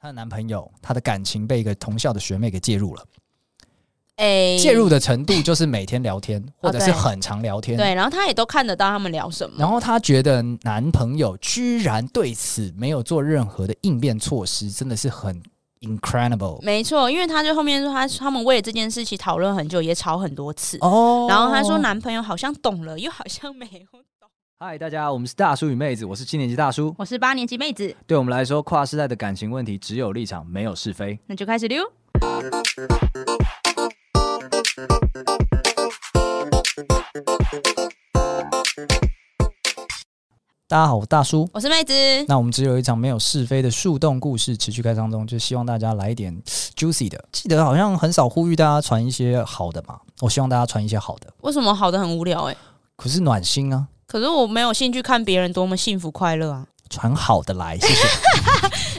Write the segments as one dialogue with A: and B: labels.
A: 她的男朋友，她的感情被一个同校的学妹给介入了。
B: 哎、
A: 介入的程度就是每天聊天，或者是
B: 哦对
A: 很常聊天。
B: 对，然后他也都看得到他们聊什么。
A: 然后她觉得男朋友居然对此没有做任何的应变措施，真的是很 incredible
B: 没错，因为他就后面说他他们为了这件事情讨论很久，也吵很多次。
A: 哦。
B: 嗯然后他说男朋友好像懂了，又好像没有懂。
A: 嗨，大家，我们是大叔与妹子，我是七年级大叔。
B: 我是八年级妹子，
A: 对我们来说，跨世代的感情问题只有立场，没有是非。
B: 那就开始溜。
A: 大家好，我是大叔。
B: 我是妹子，
A: 那我们只有一场没有是非的树洞故事持续开张中，就希望大家来一点 juicy 的。记得好像很少呼吁大家传一些好的嘛，我希望大家传一些好的，
B: 为什么好的很无聊、欸？
A: 可是暖心啊，
B: 可是我没有兴趣看别人多么幸福快乐啊！
A: 传好的来，谢 谢。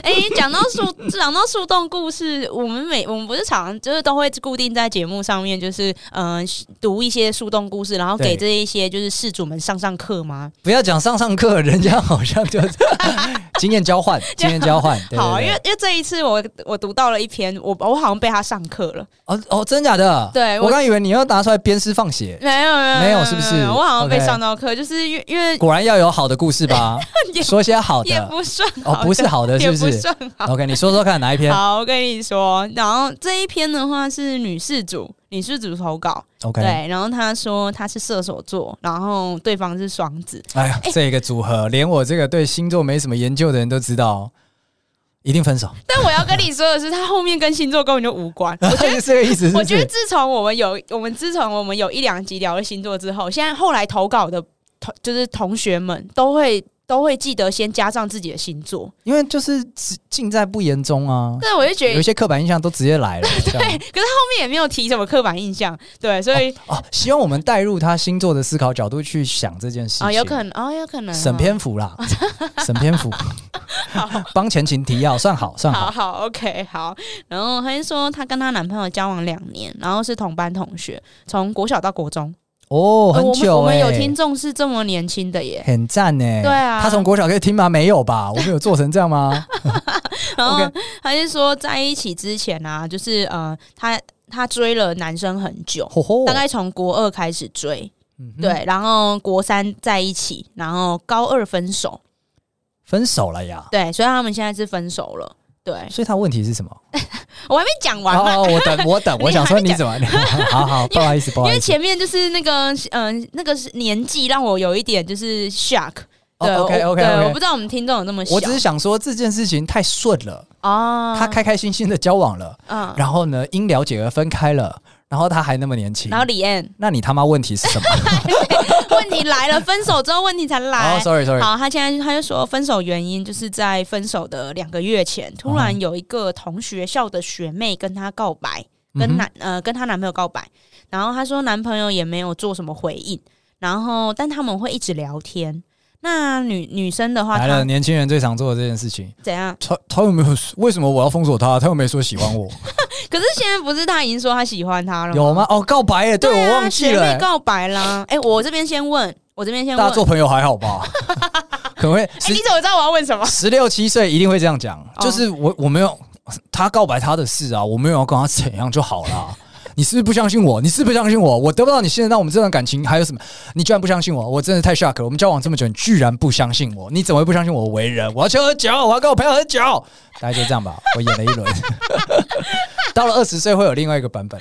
B: 哎、讲到树，讲到树洞故事，我们每我们不是常常就是都会固定在节目上面，就是嗯、呃读一些树洞故事，然后给这
A: 对
B: 一些就是事主们上上课吗？
A: 不要讲上上课，人家好像就是 经验交 换，经验交换。对
B: 好啊，
A: 对
B: 因
A: 对
B: 为因为这一次我我读到了一篇，我我好像被他上课了，
A: 哦哦，真假的？
B: 对
A: 我
B: 我
A: 刚以为你要拿出来鞭尸放血，
B: 没有没有
A: 没有是不是
B: 我好像被
A: OK
B: 上到课，就是因为因为
A: 果然要有好的故事吧
B: 也，
A: 说些好
B: 也
A: 的。
B: 不算好
A: 哦，不是好的，是
B: 也不
A: 是
B: 算好。
A: ？OK，你说说看哪一篇
B: 好，我跟你说，然后这一篇的话是女事主，女事主投稿，
A: ？OK，
B: 对，然后他说他是射手座，然后对方是双子，
A: 哎呀，这个组合，连我这个对星座没什么研究的人都知道，一定分手。
B: 但我要跟你说的是，他后面跟星座根本就无关。我觉得，
A: 这个意 思是不
B: 我觉得
A: 是？
B: 自从我们有我们自从我们有一两集聊了星座之后，现在后来投稿的同就是同学们都会。都会记得先加上自己的星座，
A: 因为就是只尽在不言中啊，
B: 但我就觉得
A: 有一些刻板印象都直接来了。这
B: 对，
A: 样
B: 可是后面也没有提什么刻板印象，对，所以
A: 哦，希望我们带入他星座的思考角度去想这件事情。
B: 啊、有可能，啊、有可能
A: 省
B: 哦
A: 篇幅 啦，省篇幅，帮前情提要，算好算好。
B: 好好，OK，好。然后她就说，她跟她男朋友交往两年，然后是同班同学，从国小到国中。
A: 哦，
B: 呃
A: 很
B: 我们
A: 久
B: 我们
A: 哎，
B: 有听众是这么年轻 的耶。
A: 很赞哎。
B: 对啊
A: 他从国小可以听吗？没有吧？我们有做成这样 吗？
B: 然后
A: OK
B: 她就说，在一起之前啊，就是呃，她她追了男生很久。
A: 吼吼，
B: 大概从国二开始追，
A: 哦嗯哼
B: 对，然后国三在一起，然后高二分手，
A: 分手了呀。
B: 对，所以他们现在是分手了。对，
A: 所以他问题是什么？
B: 我还没讲完啊
A: 哦
B: 嘛，
A: 哦，我等我等，
B: 你
A: 我想说你
B: 还
A: 怎么？ 好好，不好意思，不好
B: 因为
A: 意思。
B: 前面就是那个嗯、那个是年纪让我有一点就是 shock，对、
A: 哦，OK
B: 我
A: OK
B: 对我不
A: OK，
B: 知道我们听众有那么小。
A: 我只是想说这件事情太顺了，
B: 哦，
A: 他开开心心的交往了，
B: 嗯，
A: 然后呢，因了解而分开了，然后他还那么年轻
B: 然，后李安
A: 那你他妈问题是什么？
B: 问题来了，分手之后问题才来。
A: 哦，sorry sorry，
B: 哎好，他现在他就说分手原因就是在分手的两个月前，突
A: 哦
B: 然有一个同学校的学妹跟他告白，
A: 嗯
B: 跟
A: 哼
B: 男呃跟她男朋友告白，然后她说男朋友也没有做什么回应，然后但他们会一直聊天。那女女生的话，
A: 来了，
B: 她
A: 年轻人最常做的这件事情。
B: 怎样？
A: 他他又没有为什么我要封锁他？他又没说喜欢我，
B: 可是现在不是他已经说他喜欢他了
A: 有吗？？哦，告白耶，对
B: 啊
A: 我忘记了
B: 学妹
A: 耶。
B: 告白啦。哎、我这边先问，我这边先问
A: 大家。做朋友还好 吧？可能会
B: 哎、
A: 十
B: 你怎么知道我要问什么？
A: 十六七岁一定会这样讲，
B: 哦
A: 就是我我没有他告白他的事啊，我没有要跟他怎样就好啦。 你是不是不相信我？你是不是不相信我？我得不到你信任，那我们这段感情还有什么？你居然不相信我，我真的太 shock 了。我们交往这么久，你居然不相信我？你怎么会不相信我为人？我要去喝酒，我要跟我朋友喝酒。大概就这样吧。我演了一 轮，到了二十岁会有另外一个版本，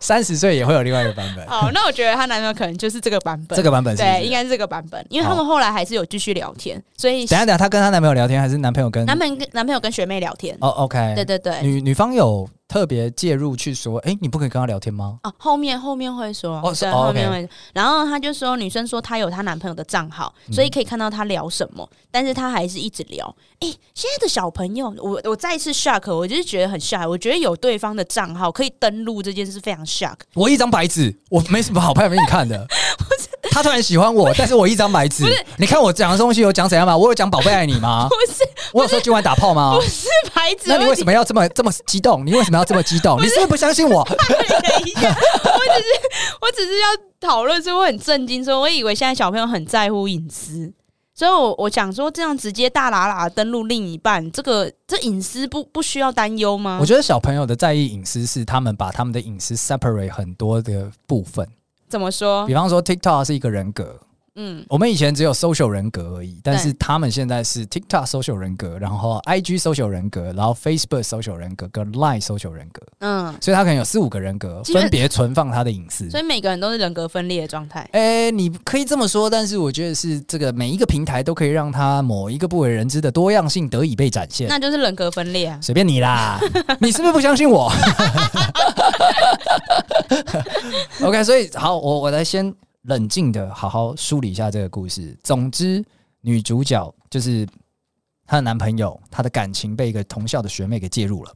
A: 三十岁也会有另外一个版本。
B: 好，那我觉得她男朋友可能就是这个版本。
A: 这个版本是不是
B: 哦对，应该是这个版本，因为他
A: 好
B: 们后来还是有继续聊天，所以
A: 等一下等一下，她跟她男朋友聊天，还是男朋友跟？
B: 男朋友跟男朋友跟学妹聊天。
A: 哦，OK，
B: 对对对。
A: 女女方有特别介入去说，哎、你不可以跟他聊天吗？
B: 哦，后面后面会说，
A: 哦是
B: 对，
A: 哦
B: 后面
A: OK
B: 会。然后她就说，女生说她有她男朋友的账号，
A: 嗯
B: 所以可以看到她聊什么，但是她还是一直聊。诶，现在的小朋友，我我再一次 shock，我就是觉得很 shock，我觉得有对方的账号可以登录这件事非常 shock。
A: 我一张白纸，我没什么好拍给你 看的。他突然喜欢我，但是我一张白纸。你看我讲的东西有讲怎样吗？我有讲宝贝爱你 吗？
B: 不是
A: 我有说今晚打炮吗？
B: 是牌子
A: 那你
B: 问
A: 为
B: 题
A: 什，么要这么这么激动？你为什么要这么激动？你是不是不相信我？
B: 等一下， 我只是我只是要讨论，所以我很震惊，说我以为现在小朋友很在乎隐私。所以我我想说，这样直接大喇喇登录另一半，这个这隐私不不需要担忧吗
A: 我？觉得小朋友的在意隐私是他们把他们的隐私 separate 很多的部分，
B: 怎么说
A: 比？方说 TikTok 是一个人格，
B: 嗯，
A: 我们以前只有 social 人格而已，但是他们现在是 TikTok social 人格，然后 IG social 人格，然后 Facebook social 人格跟 Line social 人格，
B: 嗯，
A: 所以他可能有四五个人格
B: 基本
A: 分别存放他的隐私
B: 所。以每个人都是人格分裂的状态。
A: 哎、你可以这么说，但是我觉得是这个每一个平台都可以让他某一个不为人知的多样性得以被展现。
B: 那就是人格分裂啊！
A: 随便你 啦，你是不是不相信我 ？OK，所以好，我我来先冷静的好好梳理一下这个故事。总之，女主角就是她的男朋友，她的感情被一个同校的学妹给介入了，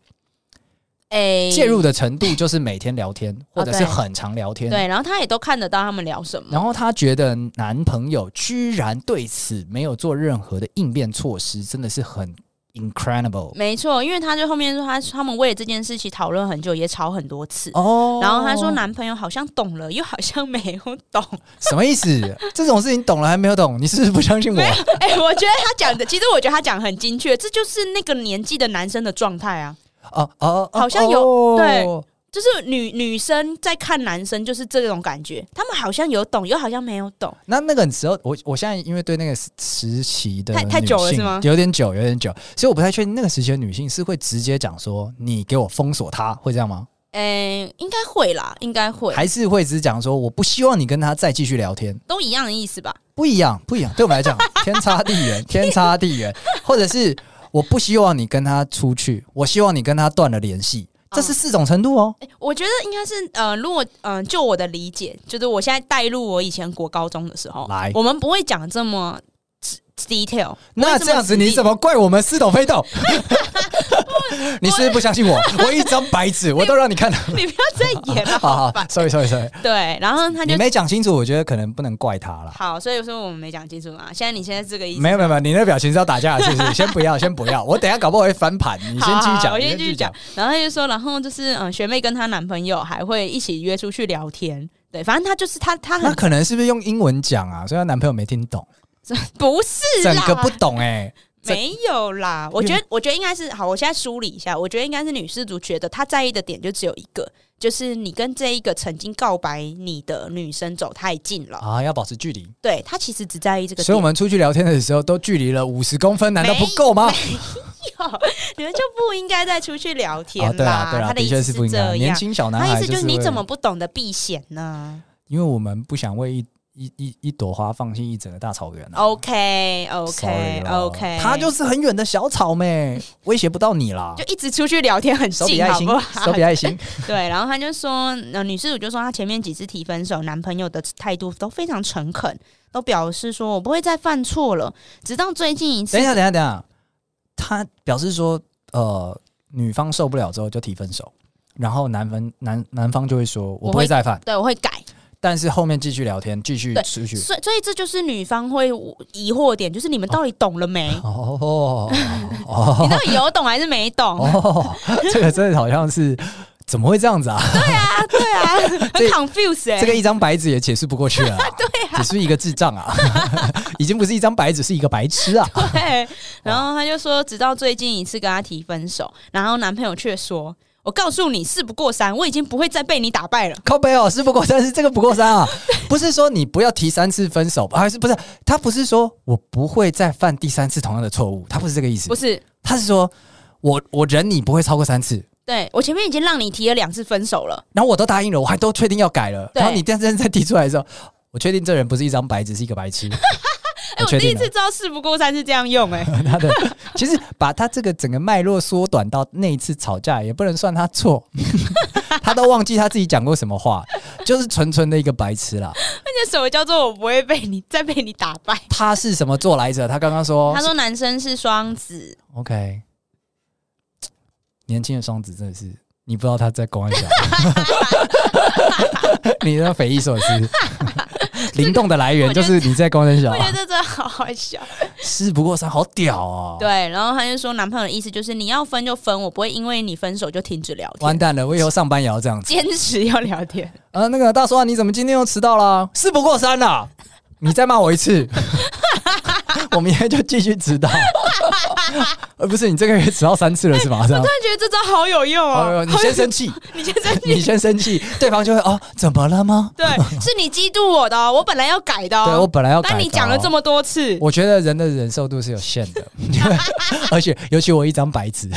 B: 哎、
A: 介入的程度就是每天聊天，或者是
B: 哦对
A: 很常聊天。
B: 对，然后他也都看得到他们聊什么。
A: 然后她觉得男朋友居然对此没有做任何的应变措施，真的是很 incredible
B: 没错，因为他就后面说他他们为了这件事情讨论很久，也吵很多次。
A: 哦。
B: 嗯然后他说男朋友好像懂了，又好像没有懂。
A: 什么意思？这种事情懂了还没有懂？你是不是不相信我？
B: 哎、我觉得他讲的，其实我觉得他讲得很精确，这就是那个年纪的男生的状态啊，
A: 哦哦，哦
B: 好像有
A: 哦
B: 对就是女女生在看男生就是这种感觉，他们好像有懂，又好像没有懂。
A: 那那个时候，我我现在因为对那个时时期的
B: 太太久了
A: 女性
B: 是吗
A: 有点久，有点久，所以我不太确定那个时期的女性是会直接讲说你给我封锁她，会这样吗？
B: 哎、应该会啦，应该会，
A: 还是会只讲说我不希望你跟她再继续聊天？
B: 都一样的意思吧？
A: 不一样，不一样，对我们来 讲天差地远，天差地远，或者是我不希望你跟她出去，我希望你跟她断了联系，这
B: 嗯
A: 是四种程度哦。
B: 哎、我觉得应该是，呃，如果，嗯、就我的理解，就是我现在带入我以前国高中的时候，
A: 来
B: 我们不会讲这么 detail，
A: 那这样子你怎
B: 么
A: 么怪我们似懂非懂？ 你是不是不相信我？我一张白 纸，我都让你看到。
B: 你不要再演 了，
A: 好
B: 好
A: 好
B: 吧？
A: ，sorry sorry sorry，
B: 对，然后他就
A: 你没讲清楚，我觉得可能不能怪他 啦。
B: 好，所以说我们没讲清楚嘛。现在你现在这个意思，
A: 没有没有没有，你那表情是要打架的，是不 是？先不要，先不要，我等一下搞不好会翻盘。你先
B: 好
A: 继续
B: 好
A: 讲，
B: 我
A: 你
B: 先
A: 先继
B: 继续
A: 续
B: 讲
A: 讲。。
B: 然后他就说，然后就是嗯，学妹跟她男朋友还会一起约出去聊天。对，反正她就是她，她
A: 那
B: 很
A: 可能是不是用英文讲啊？所以她男朋友没听懂，
B: 不是
A: 整
B: 啦，
A: 个不懂哎、整
B: 没有啦。我觉
A: 嗯
B: 得，我觉得应该是好。我现在梳理一下，我觉得应该是女士族觉得她在意的点就只有一个，就是你跟这一个曾经告白你的女生走太近了。
A: 啊，要保持距离。
B: 对她其实只在意这个点。
A: 所以我们出去聊天的时候都距离了五十公分，难道不够吗？
B: 有你们就不应该再出去聊天
A: 啊，
B: 啦。
A: 对啊，对啊，
B: 她的
A: 的
B: 意
A: 确
B: 思
A: 是不
B: 这
A: 应该。年
B: 样。
A: 轻小男
B: 他意
A: 孩
B: 思就是你
A: 会
B: 怎么不懂得避嫌呢
A: 因为我们不想为一一一一朵花放弃一整个大草原、啊。Sorry
B: ？OK 哦 OK
A: 咯
B: OK，
A: 它就是很远的小草 妹，威胁不到你啦
B: 就。一直出去聊天很
A: 手比
B: 近，
A: 爱
B: 好
A: 心
B: 不，
A: 手
B: 好
A: 比？爱 心。
B: 对，然后他就说，呃，女事主就说她前面几次提分手，男朋友的态度都非常诚恳，都表示说我不会再犯错了，直到最近一次
A: 等一，下，等一下，等一下，他表示说，呃，女方受不了之后就提分手，然后男方男男方就会说，我不
B: 会
A: 会再犯，
B: 对我会改，
A: 但是后面继续聊天，继续
B: 对
A: 出去。
B: 所以所以这就是女方会疑惑点，就是你们到底懂了没？
A: 哦哦
B: 你
A: 哦
B: 到底有懂还是没懂？
A: 哦， 这个真的好像是，怎么会这样子啊？
B: 对啊，很
A: 这
B: confuse 哎、
A: 这个一张白纸也解释不过去 了、对啊，只是一个智障啊， 已经不是一张白纸，是一个白痴啊。
B: 对，然后他就说，直到最近一次跟他提分手，然后男朋友却说：“我告诉你，事不过三，我已经不会再被你打败了。
A: 靠背哦，是不过三，是这个不过三啊，不是说你不要提三次分手， 还是不是？他不是说我不会再犯第三次同样的错误，他不是这个意”思
B: 不，是，
A: 他是说我我忍你不会超过三次，
B: 对我前面已经让你提了两次分手了，
A: 然后我都答应了，我还都确定要改了，
B: 对
A: 然后你第二次再提出来的时候，我确定这人不是一张白纸，是一个白痴。
B: 哎、我
A: 确
B: 第一
A: 定
B: 次
A: 了
B: 知道“事不过三”是这样用、哎，
A: 他的，其实把他这个整个脉络缩短到那一次吵架，也不能算他错， 他都忘记他自己讲过什么话，就是纯纯的一个白痴啦。
B: 那就什么叫做我不会被你再被你打败？
A: 他是什么座来着？他刚刚说，
B: 他说男生哦是双子，
A: OK，年轻的双子真的是，你不知道他在公安小， 你的匪夷所思。灵动的来源就是你在公安小
B: 我，觉得这真的好好笑。
A: 事不过三，好屌哦！
B: 对，然后他就说男朋友的意思就是你要分就分，我不会因为你分手就停止聊
A: 完
B: 天，
A: 蛋了，我以后上班也要这样子。
B: 坚持要聊天。
A: 呃，那个啊 大叔啊，你怎么今天又迟到啦？事不过三啦、你再骂我一次，我明天就继续指导。呃，不是你这个月指导三次了是 吧？这样
B: 突，然觉得这招 好有用
A: 哎
B: 哦
A: 呦，你先生气，
B: 你先生
A: 你
B: 气，
A: 先生气，对方就会哦，怎么了吗？
B: 对，是你嫉妒我的哦，我本来要改的哦。
A: 对我本来要改的哦
B: 但你讲了这么多次，
A: 我觉得人的忍受度是有限的， 而且尤其我一张白纸，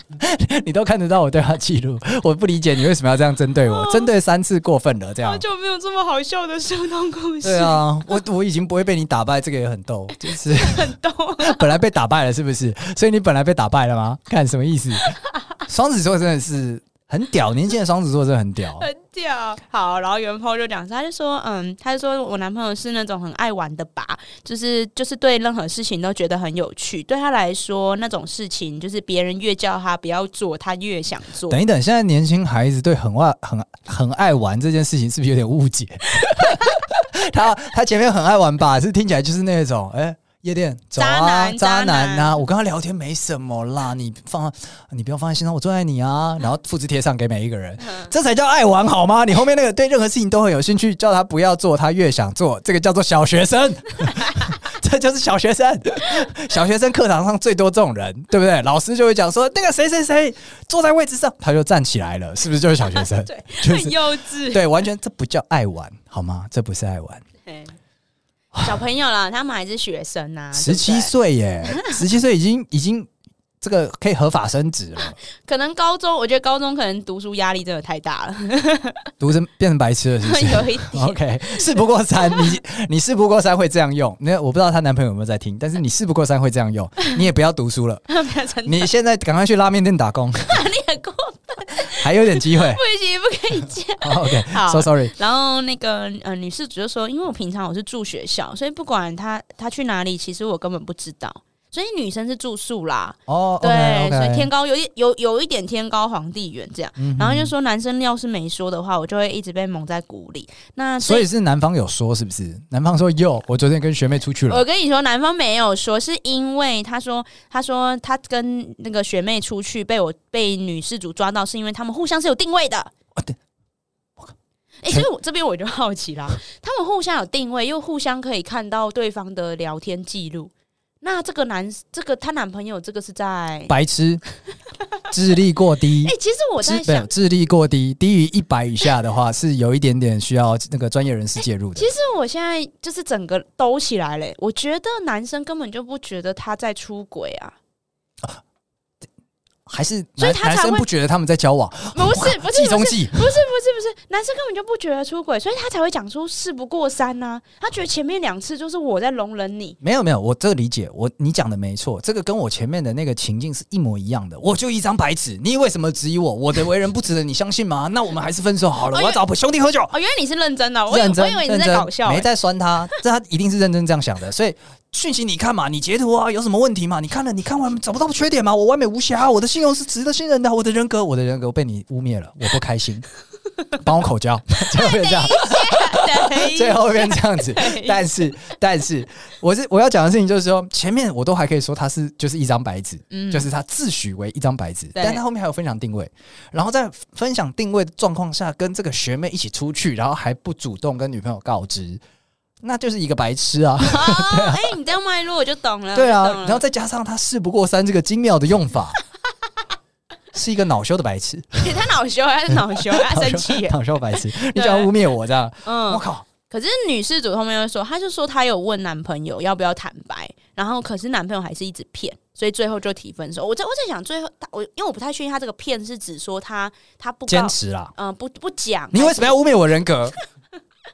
A: 你都看得到我对话记录，我不理解你为什么要这样针对我，针对三次过分了，这
B: 好
A: 样。
B: 久没有这么好笑的生动故事，
A: 对啊，我我已经不会被你打败，这个也很逗，就是
B: 很逗。
A: 本来被打败了是不是？所以你本来被打败了吗？看什么意思？双子座真的是很屌，年轻的双子座真的很 屌。
B: 很屌。好，然后袁抛就讲，他就说，嗯，他就说我男朋友是那种很爱玩的吧，就是就是对任何事情都觉得很有趣，对他来说那种事情就是别人越叫他不要做，他越想做。
A: 等一等，现在年轻孩子对很爱很很爱玩这件事情是不是有点误解？ 他他前面很爱玩吧，是听起来就是那种哎、夜店走啊
B: 渣男
A: 渣
B: 渣
A: 男呐、
B: 男
A: 我跟他聊天没什么啦，你放你不要放在心上，我最爱你啊，然后复制贴上给每一个人，
B: 嗯
A: 这才叫爱玩好吗？你后面那个对任何事情都很有兴趣，叫他不要做，他越想做，这个叫做小学生。 这就是小学生， 小学生课堂上最多这种人，对不对？老师就会讲说，那个谁谁谁坐在位置上，他就站起来了，是不是就是小学生？
B: 对，
A: 就
B: 很
A: 是
B: 幼稚。
A: 对，完全这不叫爱玩，好吗？这不是爱玩。
B: 对，小朋友啦，他们还是学生呐、
A: 十
B: 对
A: 七
B: 不对
A: 岁耶，十七岁已经已经这个可以合法升职 了，
B: 可能高中，我觉得高中可能读书压力真的太大 了，
A: 读成变成白痴了，是不是？
B: 有一点。
A: OK，事不过三，你你事不过三会这样用。那我不知道她男朋友有没有在听，但是你事不过三会这样 用，你也不要读书了，
B: 真的，
A: 你现在赶快去拉面店打工，
B: 你很 过分
A: 还有点机 会。
B: 不行，不可以这样。
A: 好 OK，
B: 好
A: so sorry。
B: 然后那个呃，女事主就说，因为我平常我是住学校，所以不管她她去哪里，其实我根本不知道。所以女生是住宿啦，
A: 哦，
B: 对
A: o k
B: 所以天高有一有有一点天高皇帝远这样。然后就说男生要是没说的话，我就会一直被蒙在鼓里。那
A: 所以是男方有说是不是？男方说哟，我昨天跟学妹 出去了
B: 我，跟你说，男方没有说，是因为他说，他说他跟那个学妹出去被我被女事主抓到，是因为他们互相是有定位的。
A: 哦对
B: 哎、所以我这边我就好奇啦，他们互相有定位，又互相可以看到对方的聊天记录。那这个男，这个她男朋友，这个是在哎、
A: 白痴，智力过 低。
B: 其实哎我
A: 智
B: 在
A: 没有
B: 想，
A: 智力过低，低于一百以下的话是有一点点需要那个专业人士介入的
B: 哎其。实我现在就是整个兜起来嘞、我觉得男生根本就不觉得他在出轨 啊，
A: 还是
B: 所以
A: 男
B: 他才
A: 男生
B: 会
A: 不觉得他们在交往，
B: 不是不是
A: 计
B: 不
A: 中
B: 是
A: 计
B: 不是不是不是，男生根本就不觉得出轨，所以他才会讲出事不过三呐、他觉得前面两次就是我在容忍你，
A: 没有没有，我这个理解，我你讲的没错，这个跟我前面的那个情境是一模一样的。我就一张白纸，你为什么质疑我？我的为人不值得你相信吗？那我们还是分手好了，我要找兄弟喝酒。
B: 哦，原来你是认真的，我以
A: 认
B: 我
A: 真，
B: 以为你
A: 认
B: 是
A: 真
B: 在搞笑、
A: 没
B: 欸。
A: 在酸他， 这他一定是认真这样想的。所以讯息你看嘛，你截图啊，有什么问题嘛？你看了，你看完找不到缺点嘛？我完美无瑕，我的信用是值得信任的，我的人格，我的人格被你污蔑了，我不开 心。帮我口交， 最后变这样， 最后变这样子。但是，但是，我是我要讲的事情就是说，前面我都还可以说他是就是一张白纸，
B: 嗯
A: 就是他自诩为一张白纸，但他后面还有分享定位，然后在分享定位的状况下，跟这个学妹一起出去，然后还不主动跟女朋友告知，那就是一个白痴啊！
B: 哦，哎、你这样脉络我就懂了。
A: 对
B: 我
A: 啊
B: 懂，了
A: 然后再加上他事不过三这个精妙的用法， 是一个恼羞的白痴，。
B: 他恼羞，他是恼羞，他生气
A: 恼羞白痴，你想要污蔑我这样，我
B: 嗯，
A: 靠！
B: 可是女事主后面又说，她就说她有问男朋友要不要坦白，然后可是男朋友还是一直骗，所以最后就提分手。我在我在想，最后她我因为我不太确定她这个骗是指说她她不告
A: 坚持啦，
B: 嗯、不不讲，
A: 你为什么要污蔑我人格？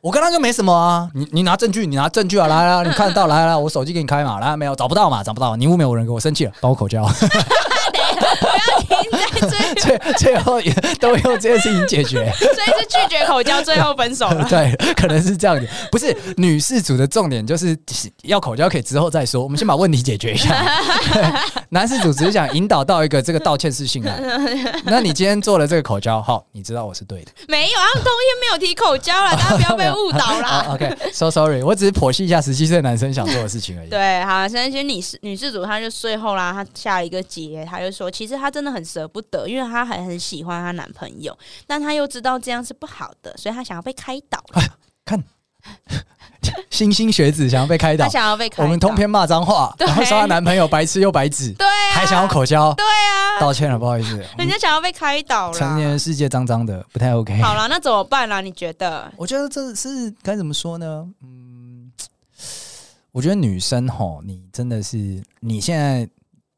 A: 我跟他就没什么啊，你你拿证据，你拿证据啊，来来、来你看得到，来来、来我手机给你开嘛，来、没有找不到嘛，找不到，你污蔑我人格，我生气了，帮我口交，
B: 停在最
A: 最最后也都用这件事情解决，
B: 所以是拒绝口交，最后分手了。
A: 对，可能 是这样的，不是女事主的重点就是要口交可以之后再说，我们先把问题解决一下，对男事主只是想引导到一个这个道歉式性爱，那你今天做了这个口交，好，你知道我是对的。
B: 没有，他们冬天没有提口 交啦，大家不要被误导啦。
A: o k so sorry，我只是剖析一下十七岁男生想做的事情而已。
B: 对，好，现在其实女士女事主她就最后啦，她下了一个结，她就说，其实她真的很舍不得，因为她还很喜欢她男朋友， 但她又知道这样是不好的，所以她想要被开导。
A: 看，莘莘学子想要被开导
B: 她，想要被开
A: 我
B: 导，
A: 们通篇骂脏话，
B: 对
A: 然后说她男朋友白痴又白纸，
B: 对啊，
A: 还想要口交，
B: 对啊，
A: 道歉了，不好意思， 嗯
B: 人家想要被开导
A: 成年
B: 了。
A: 人世界脏脏的，不太 OK。
B: 好了，那怎么办啦？你觉得？
A: 我觉得这是该怎么说呢？嗯，我觉得女生吼，你真的是你现在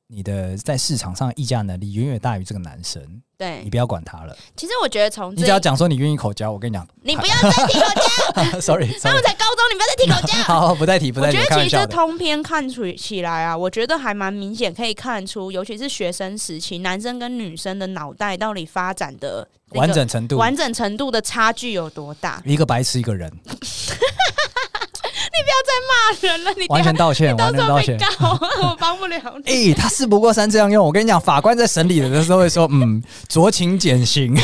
A: 你的在市场上议价能力远远大于这个男生，你
B: 对，
A: 不要管他了，
B: 其实我觉得从
A: 你只要
B: 这，
A: 讲说你愿意口交，我跟你讲
B: 你不要再提口交，
A: ，sorry
B: 他
A: sorry，
B: 们才高中，你不要再提口交。
A: 好，不再提，不
B: 我
A: 再提
B: 觉，
A: 开
B: 得其
A: 玩
B: 实这
A: 笑的。
B: 通篇看出起来啊，我觉得还蛮明显，可以看出，尤其是学生时期，男生跟女生的脑袋到底发展的、那个
A: 完整程度，？
B: 完整程度的差距有多大
A: 一个白痴一个人，
B: 骂人了，你
A: 完全道歉，
B: 到
A: 完
B: 时
A: 全
B: 候
A: 道
B: 被
A: 歉。
B: 告， 我帮不了你。
A: 哎、他事不过三这样用，我跟你讲，法官在审理的时候会说，嗯，酌情减 刑。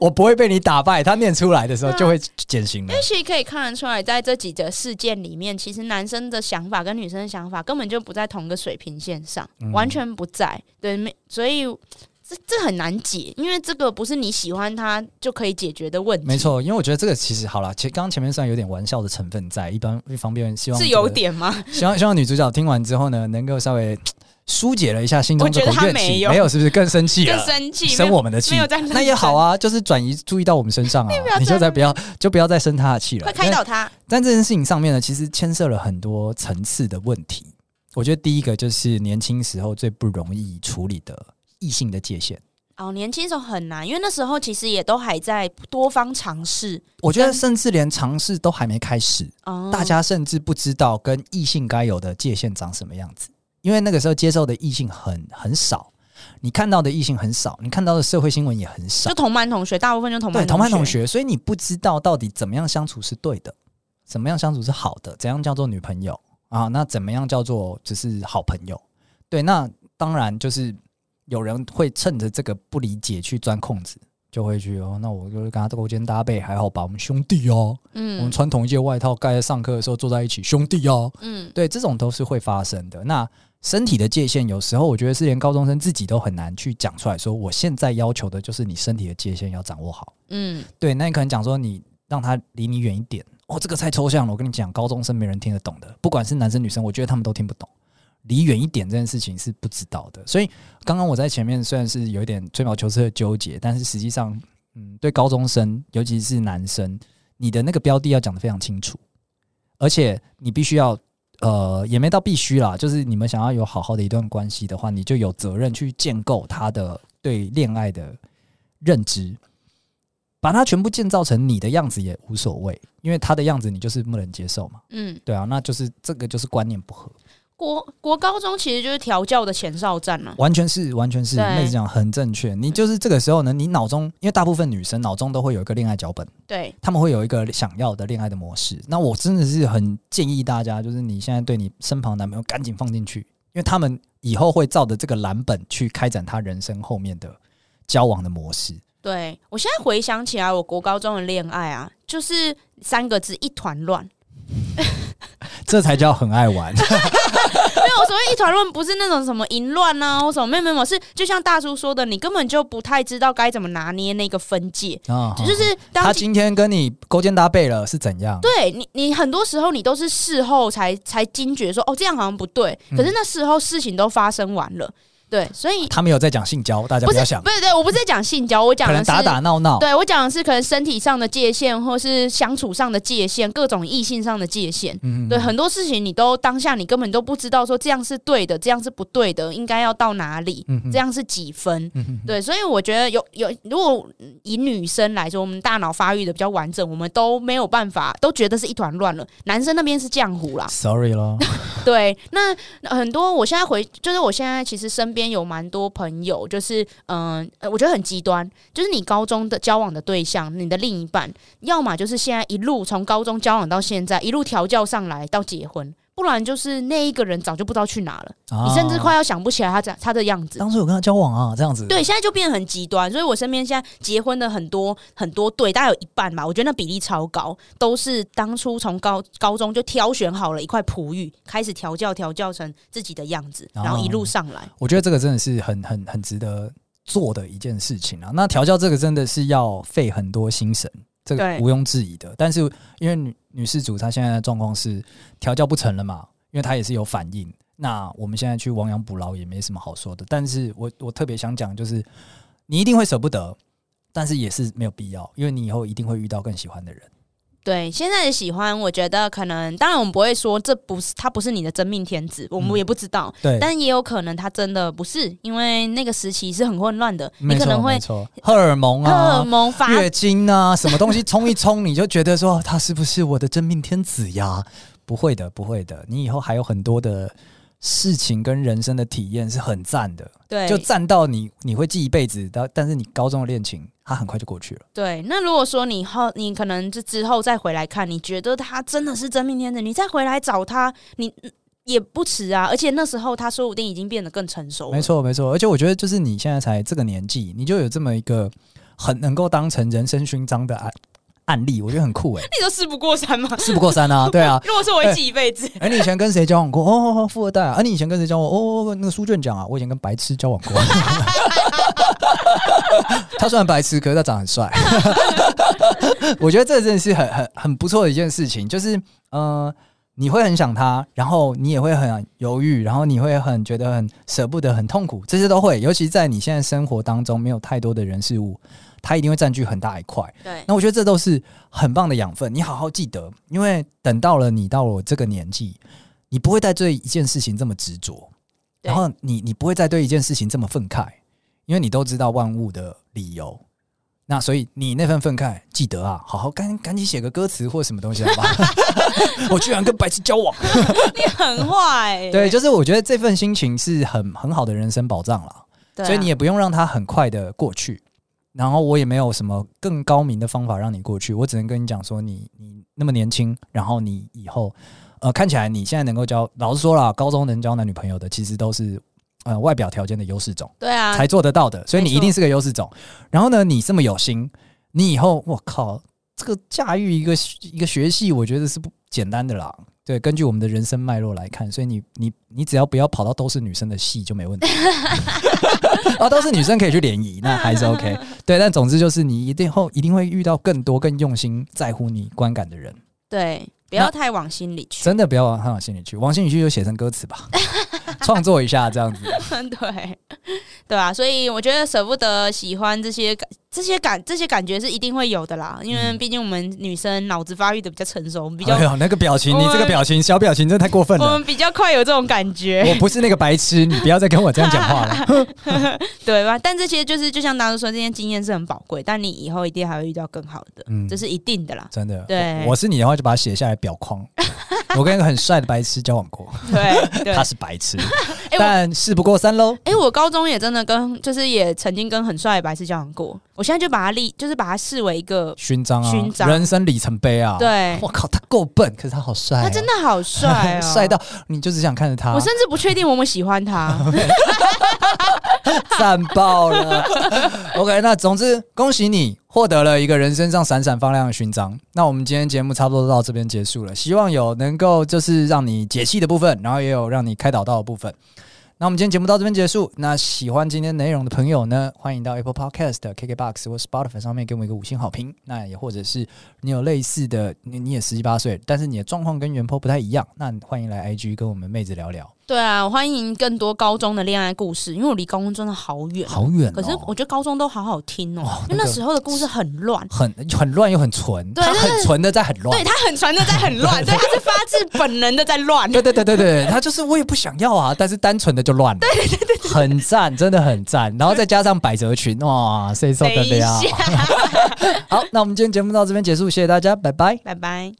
A: 我不会被你打败，他念出来的 时候就会减刑了
B: 因。为其实可以看得出来，在这几则事件里面，其实男生的想法跟女生的想法根本就不在同个水平线上，
A: 嗯
B: 完全不在。对，没，所以这这很难解，因为这个不是你喜欢他就可以解决的问题。
A: 没，错，因为我觉得这个其实好了，其实刚刚前面虽然有点玩笑的成分在，一般一方面希望
B: 是
A: 这个
B: 有，点吗？
A: 希望希望女主角听完之后呢，能够稍微疏解了一下心中
B: 我
A: 这
B: 觉
A: 口
B: 得她
A: 怨
B: 没
A: 气，
B: 有
A: 没有是不是更生气
B: 更
A: 了？
B: 生气，
A: 生我们的气
B: 没有在，
A: 那也好啊，就是转移注意到我们身上啊，你就再不要就不要再生他的气了。
B: 快开导他。
A: 但这件事情上面呢，其实牵涉了很多层次的问题。我觉得第一个就是年轻时候最不容易处理的异性的界限。
B: 哦，年轻时候很难，因为那时候其实也都还在多方尝试。
A: 我觉得甚至连尝试都还没开始，
B: 哦，
A: 大家甚至不知道跟异性该有的界限长什么样子，因为那个时候接受的异性很很少，你看到的异性很少，你看到的社会新闻也很少
B: 就，同班同学，大部分就同
A: 对
B: 班
A: 同班同
B: 同。
A: 学，所以你不知道到底怎么样相处是对的，怎么样相处是好的，怎样叫做女朋友啊？那怎么样叫做只是好朋友？对，那当然就是有人会趁着这个不理解去钻空子，就会去哦，那我就是跟他勾肩搭背，还好吧，我们兄弟哦，我们
B: 嗯
A: 穿同一件外套，盖在上课的时候坐在一起，兄弟哦，
B: 嗯，
A: 对，这种都是会发生的。那身体的界限，有时候我觉得是连高中生自己都很难去讲出来说，我现在要求的就是你身体的界限要掌握好。
B: 嗯，
A: 对，那你可能讲说你让他离你远一点，哦，这个太抽象了。我跟你讲，高中生没人听得懂的，不管是男生女生，我觉得他们都听不懂。离远一点这件事情是不知道的，所以刚刚我在前面虽然是有一点吹毛求疵的纠结，但是实际上，嗯，对高中生，尤其是男生，你的那个标的要讲得非常清楚，而且你必须要，呃，也没到必须啦，就是你们想要有好好的一段关系的话，你就有责任去建构他的对恋爱的认知，把它全部建造成你的样子也无所谓，因为他的样子你就是不能接受嘛。
B: 嗯，
A: 对啊，那就是这个就是观念不合，
B: 国国高中其实就是调教的前哨战啊了、
A: 完全是完全是
B: 对
A: 妹子讲很正确。你就是这个时候呢，你脑中因为大部分女生脑中都会有一个恋爱脚本，
B: 对，
A: 她们会有一个想要的恋爱的模式。那我真的是很建议大家，就是你现在对你身旁的男朋友赶紧放进去，因为他们以后会照着这个蓝本去开展他人生后面的交往的模式。
B: 对我现在回想起来，我国高中的恋爱啊，就是三个字一团 乱。
A: 这才叫很爱玩。
B: 没有所谓一团乱，不是那种什么淫乱啊或什么，没有没有，是就像大叔说的，你根本就不太知道该怎么拿捏那个分界，
A: 啊，
B: 就是当
A: 他
B: 今
A: 今天跟你勾肩搭背了是怎样？
B: 对你，你很多时候你都是事后才才惊觉说，哦，这样好像不对。可是那事后事情都发生完了，对，所以
A: 他没有在讲性交，大家
B: 不
A: 不
B: 是
A: 要想，
B: 不是对，我不是在讲性交，我讲
A: 可
B: 的
A: 能
B: 是
A: 打打闹闹。
B: 对我讲的是可能身体上的界限，或是相处上的界限，各种异性上的界限。
A: 嗯
B: 对，很多事情你都当下你根本都不知道说这样是对的，这样是不对的，应该要到哪里，
A: 嗯哼
B: 这样是几分。
A: 嗯哼
B: 对，所以我觉得有有，如果以女生来说，我们大脑发育的比较完整，我们都没有办法，都觉得是一团乱了。男生那边是浆糊啦，
A: ，sorry 咯，
B: 对，那很多我现在回，就是我现在其实身边有蛮多朋友，就是嗯、呃我觉得很极端，就是你高中的交往的对象，你的另一半，要么就是现在一路从高中交往到现在，一路调教上来到结婚，不然就是那一个人早就不知道去哪了，
A: 你
B: 你甚至快要想不起来他这他的样子。
A: 啊当初有跟他交往啊，这样子。
B: 对，现在就变得很极端，所以我身边现在结婚的很多很多对，大概有一半吧，我觉得那比例超高，都是当初从高高中就挑选好了一块璞玉，开始调教调教成自己的样子，
A: 哦
B: 然后一路上来。
A: 我觉得这个真的是很很很值得做的一件事情啊。那调教这个真的是要费很多心神，这个
B: 对
A: 毋庸置疑的。但是因为女女事主她现在的状况是调教不成了嘛，因为她也是有反应。那我们现在去亡羊补牢也没什么好说的。但是我我特别想讲就是，你一定会舍不得，但是也是没有必要，因为你以后一定会遇到更喜欢的人。
B: 对现在的喜欢，我觉得可能，当然我们不会说这不是他不是你的真命天子，我们
A: 嗯
B: 也不知道，
A: 对，
B: 但也有可能他真的不是，因为那个时期是很混乱的，
A: 没
B: 你可能
A: 错没
B: 会
A: 错，荷尔蒙
B: 荷尔
A: 啊。
B: 蒙发
A: 月经啊，什么东西冲一冲，你就觉得说他是不是我的真命天子呀？不会的，不会的，你以后还有很多的事情跟人生的体验是很赞的，
B: 对
A: 就赞到你你会记一辈子。但但是你高中的恋情，它很快就过去了。
B: 对，那如果说你后你可能就之后再回来看，你觉得他真的是真命天子，你再回来找他，你嗯也不迟啊。而且那时候他说不定已经变得更成熟了。
A: 没，错，没错。而且我觉得，就是你现在才这个年纪，你就有这么一个很能够当成人生勋章的案案例，我觉得很酷哎、
B: 那就事不过三嘛。
A: 事不过三啊，对啊，
B: 如果说我会记一辈子，
A: 哎、你以前跟谁交往过？哦，富二代啊！啊，你以前跟谁交往？哦，那个书卷讲啊，我以前跟白痴交往过。 他虽然白痴，可是他长得很帅。 我觉得这真的是很很很不错的一件事情，就是呃，你会很想他，然后你也会很犹豫，然后你会很觉得很舍不得、很痛苦，这些都会。尤其在你现在生活当中没有太多的人事物，他一定会占据很大一块。
B: 对
A: 那我觉得这都是很棒的养分，你好好记得，因为等到了你到了我这个年纪，你不会再对一件事情这么执着，
B: 对
A: 然后你你不会再对一件事情这么愤慨，因为你都知道万物的理由。那所以你那份愤慨，记得啊，好好赶赶紧写个歌词或什么东西，好吧？ 我居然跟白痴交往，
B: 你很坏、欸。
A: 对，就是我觉得这份心情是很很好的人生保障啦。
B: 对啊
A: 所以你也不用让它很快的过去。然后我也没有什么更高明的方法让你过去，我只能跟你讲说你，你那么年轻，然后你以后，呃，看起来你现在能够交，老实说啦，高中能交男女朋友的，其实都是呃外表条件的优势种
B: 对啊，
A: 才做得到的，所以你一定是个优势种。然后呢，你这么有心，你以后我靠，这个驾驭一个一个学系，我觉得是不简单的啦。对，根据我们的人生脉络来看，所以你你你只要不要跑到都是女生的系就没 问题。啊，都是女生可以去联谊，那还是 OK。对，但总之就是你一定后一定会遇到更多更用心在乎你观感的人，
B: 对，不要太往心里去。
A: 真的不要往他往心里去，往心里去就写成歌词吧，创作一下这样子。
B: 对，对啊，所以我觉得舍不得、喜欢这些感、这些感、这些感觉是一定会有的啦。因为
A: 嗯
B: 毕竟我们女生脑子发育的比较成熟，我们比较、
A: 哎呦，那个表情，你这个表情，小表情真的太过分
B: 我
A: 了。
B: 们比较快有这种感 觉。
A: 我不是那个白痴，你不要再跟我这样讲话 了。
B: 对吧？但这些就是，就像当初说，这些经验是很宝贵，但你以后一定还会遇到更好的，
A: 嗯
B: 这是一定的
A: 。
B: 啦
A: 真的，
B: 对
A: 我我是你的话就把它写下来表 框。我跟一个很帅的白痴交往过，
B: 对对，
A: 他
B: 哎、
A: 是白痴，
B: 我
A: 但事不过三喽。
B: 哎、我高中也真的跟，就是也曾经跟很帅的白痴交往过，我现在就把他立，就是把他视为一个，
A: 勋章啊，
B: 勋章
A: 人生里程碑啊。，
B: 对
A: 我靠，他够笨，可是他好帅、啊
B: 他真。的好帅 哦，
A: 帅到你就只想看着他
B: 我，甚至不确定我们喜欢他。
A: 赞爆了。OK，那总之恭喜你获得了一个人身上闪闪发亮的勋章。那我们今天节目差不多到这边结束了，希望有能够就是让你解气的部分，然后也有让你开导到的部分。那我们今天节目到这边结束。那喜欢今天内容的朋友呢，欢迎到 Apple Podcast、KKBox 或 Spotify 上面给我们一个五星好评。那也或者是你有类似的，你你也十七八岁，但是你的状况跟原 po 不太一样，那欢迎来 IG 跟我们妹子聊聊。
B: 对啊，我欢迎更多高中的恋爱故事，因为我离高中真的好远。
A: 好远、哦，
B: 可是我觉得高中都好好听哦，
A: 哇
B: 因为
A: 那
B: 那
A: 个
B: 时候的故事很乱。
A: 很很乱又很纯，
B: 对
A: 它
B: 对
A: 很
B: 对
A: 纯的在很乱
B: 对。他很传的在 很乱，对，他是发自本能的在乱。
A: 对对对对对，他就是我也不想要啊，但是单纯的就乱了。对对对对，很赞，真的很赞。然后再加上百褶裙，哇，谁受得
B: 等一
A: 了？
B: 下，
A: 好，那我们今天节目到这边结束，谢谢大家，拜拜。
B: 拜拜。